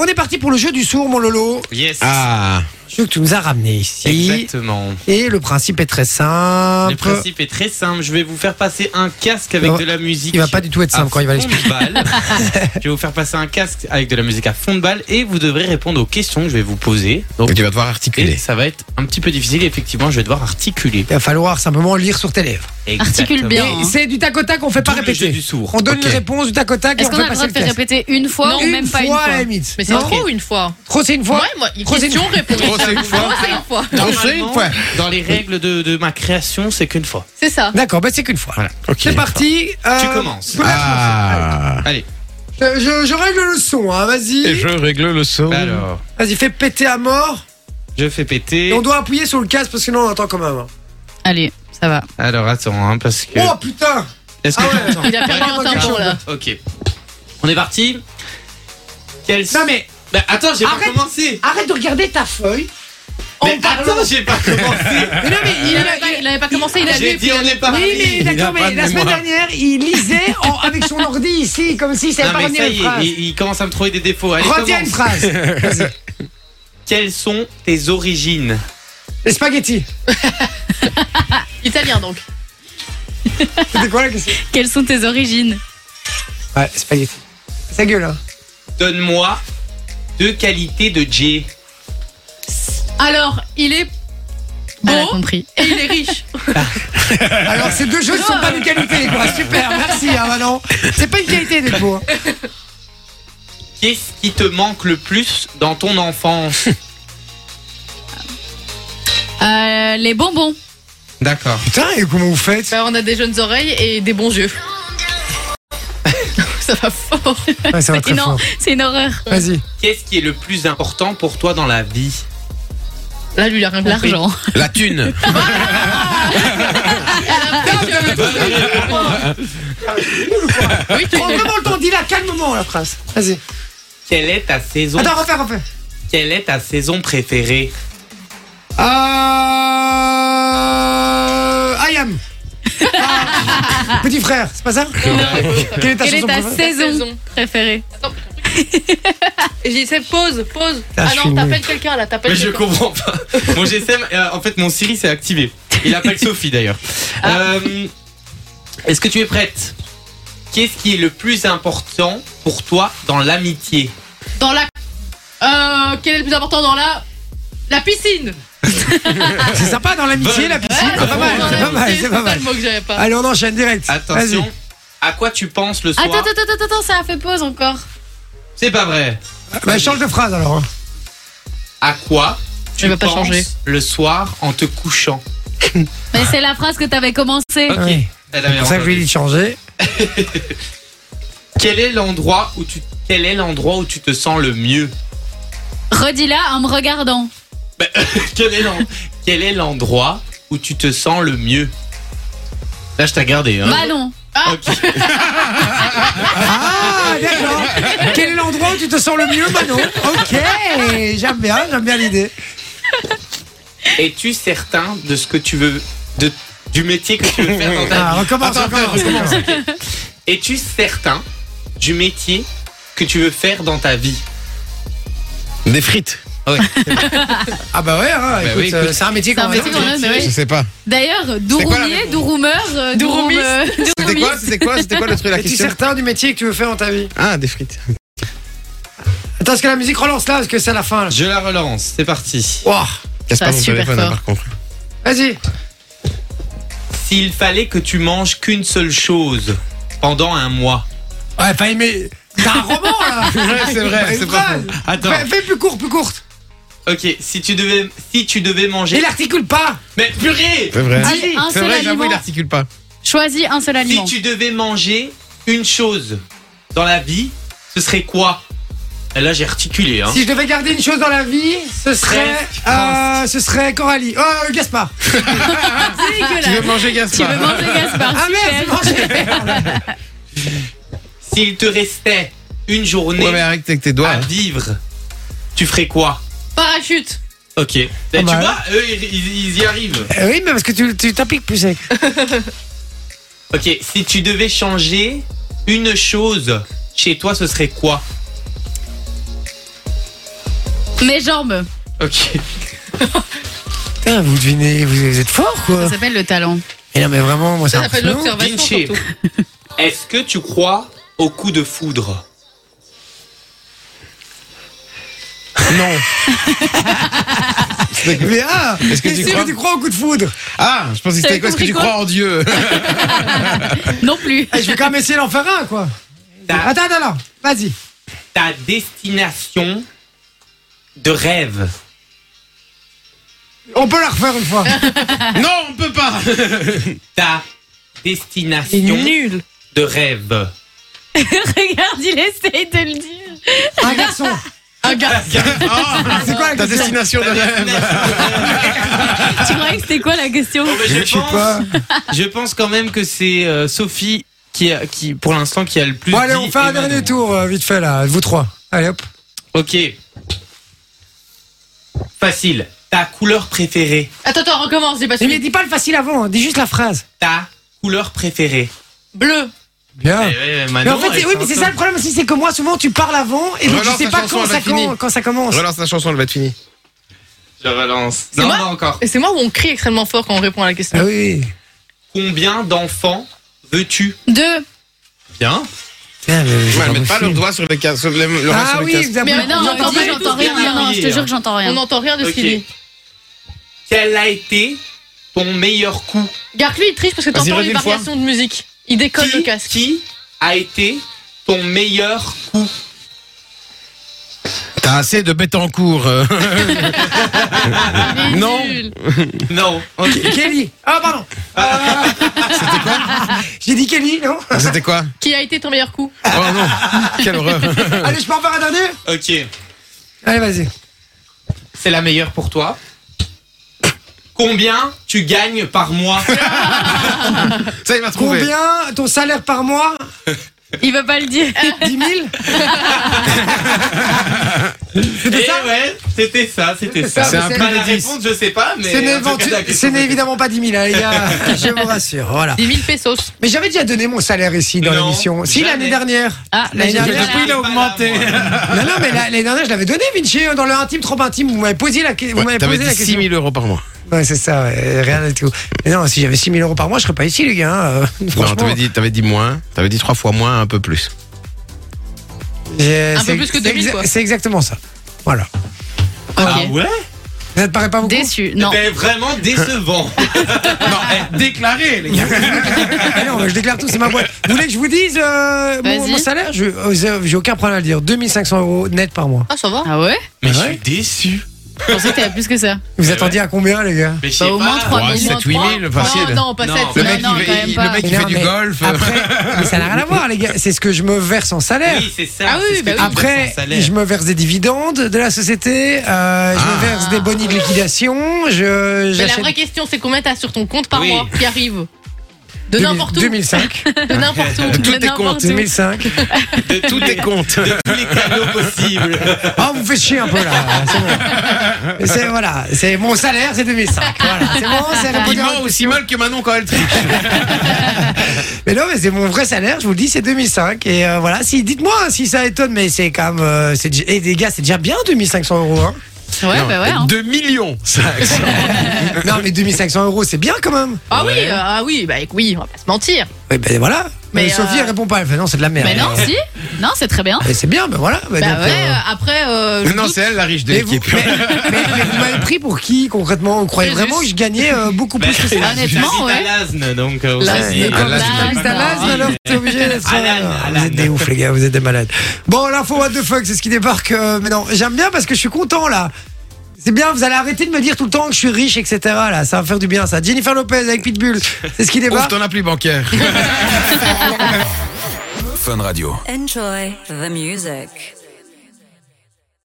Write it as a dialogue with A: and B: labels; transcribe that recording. A: On est parti pour le jeu du sourd, mon Lolo.
B: Yes.
C: Ah,
A: Jeu que tu nous as ramené ici.
B: Exactement.
A: Et le principe est très simple.
B: Le principe est très simple. Je vais vous faire passer un casque avec
A: Non,
B: de la musique.
A: Il va pas du tout être
B: à
A: simple quand il va
B: fond de
A: l'expliquer.
B: balle. je vais vous faire passer un casque avec de la musique à fond de balle et vous devrez répondre aux questions que je vais vous poser. Donc,
C: donc tu vas devoir
B: et
C: articuler.
B: ça va être un petit peu difficile. Effectivement, je vais devoir articuler.
A: Il va falloir simplement lire sur tes lèvres.
B: Exactement.
A: Et
D: bien. Hein.
A: c'est du tac au tac, on fait pas
B: D'où le jeu
A: répéter.
B: du sourd.
A: On donne
C: Ok.
A: une réponse du tac au tac et on
D: Est-ce qu'on
A: fait
D: a le
A: passer
D: droit
A: le
D: de faire
A: test.
D: répéter une fois ou
A: une
D: même pas une
A: fois
D: fois
A: à la limite.
D: Mais c'est
A: Non.
D: trop une fois.
A: Trop c'est une fois.
D: Ouais, moi,
A: Trop, c'est
D: question, réponse.
C: Trop, c'est une fois.
D: Trop, c'est une fois.
C: Non,
B: Normalement,
C: c'est une fois.
B: Dans les règles de, de ma création, c'est qu'une fois.
D: C'est ça.
A: D'accord, bah c'est qu'une fois.
B: Voilà.
C: Ok.
A: C'est parti. euh,
B: Tu commences.
A: peux la commencer.
C: Ah,
B: Allez.
A: Euh, je, je règle le son, hein, vas-y.
C: et je règle le son.
B: bah
A: Oh.
B: Alors,
A: Vas-y, fais péter à mort.
B: je fais péter.
A: Et on doit appuyer sur le casque parce que sinon on entend quand même. hein.
D: Allez, ça va.
B: Alors attends, hein, parce que.
A: Oh putain
B: Est-ce que
A: Ah ouais.
B: Attends.
D: Il a perdu
A: moi,
D: un
A: quelque
D: tambour
A: chose.
D: là.
B: Ok. On est parti. Quel...
A: Non mais
B: Bah, attends, j'ai pas
A: Arrête.
B: commencé.
A: arrête de regarder ta feuille.
B: Mais
A: En parlant-
B: attends, j'ai pas commencé.
A: Mais non mais il
D: Il
A: a-
D: avait pas, il avait pas commencé, il a
B: j'ai
D: vu.
B: dit on est parti.
A: Oui, mais
C: Il
A: d'accord,
C: a pas
A: mais
C: de
A: la semaine
C: mémoire.
A: dernière, il lisait en- avec son ordi ici, comme s'il savait
B: Non,
A: pas
B: mais
A: retenir
B: ça y
A: une
B: est,
A: phrase.
B: il, il commence à me trouver des défauts. Allez,
A: Retiens une
B: commence.
A: phrase.
B: Quelles sont tes origines
A: Les spaghettis.
D: hein. Italien donc.
A: C'était quoi la question
D: Quelles sont tes origines
A: Ouais, spaghettis. Sa gueule, hein.
B: Donne-moi deux qualités de Jay.
D: Alors, il est beau
E: Elle a
D: compris. et il est riche.
A: Alors, ces deux jeux ne sont pas de qualité, quoi. Super, merci, hein, Manon. C'est pas une qualité d'être beau. hein.
B: Qu'est-ce qui te manque le plus dans ton enfance
E: Euh, les bonbons.
B: D'accord.
A: Putain, et comment vous faites
D: Bah, on a des jeunes oreilles et des bons yeux. ça va fort.
A: Ouais, ça va
E: Et non, c'est une horreur.
A: Vas-y.
B: Qu'est-ce qui est le plus important pour toi dans la vie
D: Là, lui, il a rien compris.
E: L'argent.
C: La thune.
D: Oui, tu-
A: Prends vraiment le temps, dis-la calmement, la phrase. Vas-y.
B: Quelle est ta saison
A: Attends, refais, refais.
B: Quelle est ta saison préférée
A: Euh... I am. Ah, Petit frère, c'est pas ça Quelle est ta
E: Quelle est
A: chanson
E: ta
A: préférée
E: saison
D: Saison.
E: préférée
D: Et j'ai dit, c'est pause, pause.
A: Ah,
D: Ah
A: je suis
D: non, t'appelles quelqu'un là, t'appelles
B: Mais je
D: quelqu'un.
B: comprends pas. Mon GSM, euh, en fait, mon Siri s'est activé. Il appelle Sophie d'ailleurs. Euh, Est-ce que tu es prête Qu'est-ce qui est le plus important pour toi dans l'amitié
D: Dans la. Euh, quel est le plus important dans la. La piscine
A: C'est sympa dans l'amitié, la piscine.
D: Ouais,
A: pas mal,
D: dans la
A: c'est pas mal,
D: piscine,
A: c'est pas
D: ça,
A: mal.
D: le mot que j'avais pas.
A: Allez, on enchaîne direct.
B: Attention,
A: Vas-y.
B: à quoi tu penses le soir
E: Attends, attends, attends, attends, ça a fait pause encore.
B: C'est pas vrai.
A: Bah, change de phrase alors. hein.
B: À quoi tu
D: Elle va pas
B: penses
D: changer.
B: le soir en te couchant
E: Mais c'est la phrase que t'avais commencé.
B: Ok.
A: Ouais.
B: Elle
A: C'est
B: avait
A: pour ça que je lui ai dit de changer.
B: Quel est l'endroit où tu quel est l'endroit où tu te sens le mieux
E: Redis-la en me regardant.
B: Quel est l'en- quel est l'endroit où tu te sens le mieux Là, je t'ai regardé. Hein.
C: Euh.
E: Manon.
B: Ok.
A: Ah, d'accord. Quel est l'endroit où tu te sens le mieux, Manon Ok, j'aime bien, j'aime bien l'idée.
B: Es-tu certain de ce que tu veux, de, du métier que tu veux faire dans ta
A: Ah,
B: vie
A: recommence,
B: Attends, attends,
A: recommence. recommence.
B: Es-tu certain du métier que tu veux faire dans ta vie
C: Bah, Des frites.
A: Ah, bah ouais, hein, écoute,
B: oui,
A: euh,
B: écoute.
A: c'est un métier
E: C'est un
A: qu'on
E: métier
A: aime.
E: qu'on aime, mais
C: Je
E: oui.
C: sais pas.
E: D'ailleurs,
C: quoi la
E: douroumier,
C: réponse
E: douroumeur, euh, douroum,
D: Douroumis.
E: euh,
C: C'était
E: douroumis.
C: quoi C'était quoi C'était quoi le truc la
A: Es-tu
C: question
A: certain du métier que tu veux faire dans ta vie
C: Ah, des frites.
A: Attends, est-ce que la musique relance là Est-ce que c'est à la fin là
B: Je la relance, c'est parti.
A: Ouah.
C: Casse
D: Ça
C: pas
D: va
C: mon
D: super
C: téléphone hein,
D: fort.
C: par contre.
A: Vas-y.
B: S'il fallait que tu manges qu'une seule chose pendant un mois.
A: Ouais, pas aimé. T'as un roman là
C: c'est
A: Pas
C: vrai,
A: une
C: c'est pas
A: phrase.
C: faux.
B: Attends.
A: Fais- Fais plus court, plus courte.
B: Ok, si tu devais, si tu devais
A: Il
B: manger.
A: articule pas.
B: Mais purée
C: C'est vrai.
A: Dis-
E: Un
C: C'est
E: seul
C: vrai, j'avoue, il
E: aliment.
C: articule pas.
E: Choisis un seul
B: Si
E: aliment.
B: tu devais manger une chose dans la vie, ce serait quoi Et Là, j'ai articulé. Hein.
A: Si je devais garder une chose dans la vie, ce serait.
B: Presque,
A: Euh, ce serait Coralie. Oh, euh, Gaspard.
D: Ah,
C: Tu veux
E: Dégueulasse.
C: manger
E: Tu
D: hein.
C: Gaspard
E: veux manger
D: Bah,
E: Gaspard
A: Ah merde,
E: super.
A: j'ai mangé.
B: S'il te restait une journée
C: Ouais, mais arrête avec tes doigts.
B: à
C: hein.
B: vivre, tu ferais quoi
D: Parachute
B: Ok. Eh, tu
A: mal.
B: vois, eux, ils, ils- ils y arrivent.
A: Eh Oui, mais parce que tu tu t'appliques plus eh. sec.
B: Ok, si tu devais changer une chose chez toi, ce serait quoi
E: Mes jambes.
B: Ok.
A: Putain, vous devinez, vous, vous êtes fort quoi.
F: Ça s'appelle le talent.
A: Et non, mais vraiment, moi, c'est
D: Ça s'appelle
A: impressionnant.
D: l'observation
B: Vinci.
D: surtout.
B: Est-ce que tu crois au coup de foudre
C: Non.
A: Mais ah,
C: Est-ce que tu
A: mais
C: crois
A: tu crois au coup de foudre
C: Ah, je pense que
D: T'avais
C: c'était quoi Est-ce que
D: compris
C: tu
D: quoi
C: crois en Dieu
E: Non plus.
D: Ah,
A: Eh, Je vais quand même essayer d'en faire un quoi.
B: Ta,
A: Attends, attends, attends, vas-y.
B: ta destination de rêve.
A: On peut la refaire une fois.
C: Non, on peut pas.
B: Ta destination
D: Nul.
B: de rêve.
E: Regarde, il essaye de le dire.
A: Un garçon.
D: Un gars.
C: Ah,
A: C'est quoi la
C: ta
A: question
C: destination de rêve
E: Tu croyais que c'était quoi la question
B: Oh, mais
A: Je
B: je,
A: sais
B: pense,
A: pas.
B: je pense quand même que c'est euh, Sophie qui, a- qui pour l'instant, qui a le plus.
A: Bon, allez, on
B: dit
A: fait un
B: et Manon.
A: dernier tour, euh, vite fait là, vous trois. Allez hop.
B: Ok. Facile. Ta couleur préférée.
D: Attends, attends, recommence, j'ai pas suivi.
A: dis pas le facile avant, hein, dis juste la phrase.
B: Ta couleur préférée.
D: Bleu.
A: Bien.
B: Eh ouais,
A: Mais
B: Manon,
A: en fait, c'est-
B: elle
A: oui,
B: s'en
A: mais c'est
B: sort.
A: ça le problème aussi, c'est que moi, souvent, tu parles avant et donc je
C: Relance
A: sais
C: la
A: pas
C: chanson,
A: quand
C: elle
A: ça,
C: va finir.
A: quand, quand ça commence.
C: Relance la chanson, elle va être finie.
B: Je relance.
D: C'est
B: Non,
D: moi
B: pas encore.
D: Et c'est moi où on crie extrêmement fort quand on répond à la question.
A: Ah oui.
B: Combien d'enfants veux-tu
E: Deux.
B: Bien.
A: Putain, mais j'ai
C: Elles
A: pas
C: mettent pas
A: bossé.
C: leur doigt sur les casques. sur le- leur doigt
A: Ah
C: sur les
A: oui,
C: casques.
A: vous avez-
D: Mais
E: Mais non,
D: on
E: j'entends
D: entend
E: rien,
D: tous
E: j'entends
D: bien
E: rien. Non, non, je te
B: rire.
E: jure que j'entends
D: On
E: rien.
D: n'entend rien de ce
B: Ok.
D: qu'il dit.
B: Quel a été ton meilleur coup
D: Garde-lui, il triche parce que
C: Vas-y,
D: t'entends
C: redis
D: les
C: une fois.
D: variations de musique. Il décolle le
B: qui,
D: casque.
B: qui a été ton meilleur coup
C: T'as assez de bêtes en cours. euh. non.
B: Non.
A: Kelly. Ah, pardon. C'était quoi J'ai dit Kelly, non
C: C'était quoi
D: Qui a été ton meilleur coup
C: Oh non, quelle horreur.
A: Allez, je peux en faire un dernier
B: Ok.
A: Allez, vas-y.
B: C'est la meilleure pour toi. Combien tu gagnes par mois
C: Ça, il m'a trouvé.
A: Combien ton salaire par mois
E: Il veut pas le dire.
A: 10 000
B: Eh
A: C'était ça
B: ouais, c'était ça, c'était
A: C'est ça,
B: ça.
A: c'est un
B: Pas
A: peu
B: la
C: de dix.
B: réponse, je sais pas, mais.
A: Ce n'est
B: en tout cas,
A: éventu-
B: la question,
A: ce n'est
B: c'était-
A: évidemment pas 10 000, hein, les gars. Je vous rassure, voilà.
D: 10 000 pesos.
A: Mais j'avais déjà donné mon salaire ici dans
B: Non,
A: l'émission. Si,
B: jamais.
A: l'année dernière.
F: Ah, bah,
A: L'année
F: j'ai-
B: Je
A: dernière.
B: n'arrive
A: Oui, il a
B: pas là,
A: augmenté.
B: moi.
A: Non, non, mais la- l'année dernière, je l'avais donné, Vinci, hein, dans le intime, trop intime. Vous m'avez posé la, que- vous
C: Ouais,
A: m'avez
C: T'avais
A: posé la
C: dit 6
A: question.
C: 000 euros par mois.
A: Ouais, c'est ça, ouais, rien du tout. Mais non, si j'avais 6 000 euros par mois, je serais pas ici, les gars. hein, euh,
C: Non,
A: franchement,
C: t'avais dit, t'avais dit moins. T'avais dit trois fois moins, un peu plus.
A: j'ai-
D: Un peu
A: c'est-
D: plus que
A: c'est
D: 2 000,
A: exa-
D: quoi.
A: C'est exactement ça. Voilà.
B: Ah ouais
A: Ça te paraît pas beaucoup
F: Déçu. Non.
B: Mais vraiment décevant.
C: Non, eh, déclaré, les gars.
A: Ah non, mais je déclare tout, c'est ma boîte. Vous voulez que je vous dise euh, mon,
F: Vas-y.
A: mon salaire Je- euh, J'ai j'ai aucun problème à le dire. 2500 euros net par mois.
D: Ah, ça va.
F: Ah ouais
B: Mais
A: je
B: je
A: suis
B: suis déçu.
F: Je pensais que t'avais plus que ça.
A: Vous
B: Eh Ouais,
A: attendiez à combien, les gars
B: Mais je sais
F: Bah, au moins
B: pas.
F: 3
C: Ouais,
F: 000.
C: 7 000, facile.
D: Non, non, pas
B: Non,
D: 7
F: le
B: mais
F: mec,
D: non,
F: il
D: quand
F: fait-
D: même
F: il-
D: pas.
F: le mec,
C: Qui fait du
A: mais
C: golf.
A: Après, mais ça n'a rien à voir, les gars. C'est ce que je me verse en salaire.
B: Oui, c'est ça.
D: Ah oui,
B: c'est ce
D: bah
B: que tu
D: oui.
B: verses en
A: Après,
B: salaire.
A: je me verse des dividendes de la société, euh, je me
C: Ah.
A: verse des bonnies de liquidation, je
D: Mais la
A: j'achète
D: vraie question, c'est combien t'as sur ton compte par
B: Oui.
D: mois qui arrive De
A: 2000-
D: n'importe où.
A: 2005,
D: De n'importe où.
C: Tout
E: Mais
C: est compte.
E: n'importe où.
A: 2005.
B: de tous
C: Tout
B: les,
C: est compte.
B: de tous les canaux possibles.
A: Ah, vous me faites chier un peu là. C'est bon. C'est voilà, c'est mon salaire, c'est 2005. Voilà, c'est bon, Ah, c'est
C: Il
A: répondu. à
C: ment
A: votre-
C: aussi mal que Manon quand elle triche.
A: Mais non, mais c'est mon vrai salaire, je vous le dis, c'est 2005. Et euh, voilà, si dites-moi hein, si ça étonne, mais c'est quand même, euh, c'est déjà- et les gars, c'est déjà bien 2500 euros. Hein.
F: Ouais,
D: Ah,
C: Non,
F: bah ouais. hein.
C: 2 millions. ça.
A: Non, mais 2500 euros, c'est bien quand même.
D: Ah oui, euh, ah oui, bah oui, on va pas se mentir.
A: Oui, ben voilà. Mais,
D: Mais,
A: Sophie,
D: euh,
A: elle répond pas. Elle fait non, c'est de la merde.
F: Mais non, si. Non, c'est très bien.
A: Mais c'est bien, ben voilà. Ben
D: Bah
A: donc,
D: ouais,
A: euh,
D: euh, après, euh, je
C: Non,
D: doute-
C: c'est elle la riche de
A: Mais vous,
C: l'équipe.
A: mais- mais- mais vous m'avez pris pour qui concrètement Vous croyez
D: Jésus.
A: vraiment que je gagnais euh, beaucoup plus que ça
B: Bah,
F: honnêtement,
B: j'habite à
F: ouais.
B: Lasne, donc euh,
A: Ouais,
B: vas-y.
A: mais comme
C: Alan,
A: t'as
F: Alan,
A: t'as l'asthme,
F: Alan.
A: alors t'es obligé d'être.
B: Alan,
A: euh,
B: Alan.
A: Vous êtes des ouf, les gars, vous êtes des malades. Bon, l'info what the fuck, c'est ce qui débarque. euh, mais non, j'aime bien parce que je suis content là. C'est bien, vous allez arrêter de me dire tout le temps que je suis riche, etc. Là, ça va faire du bien ça. Jennifer Lopez avec Pitbull, c'est ce qui
C: Ouvre
A: débarque.
C: ton appli bancaire.
G: Enjoy the music.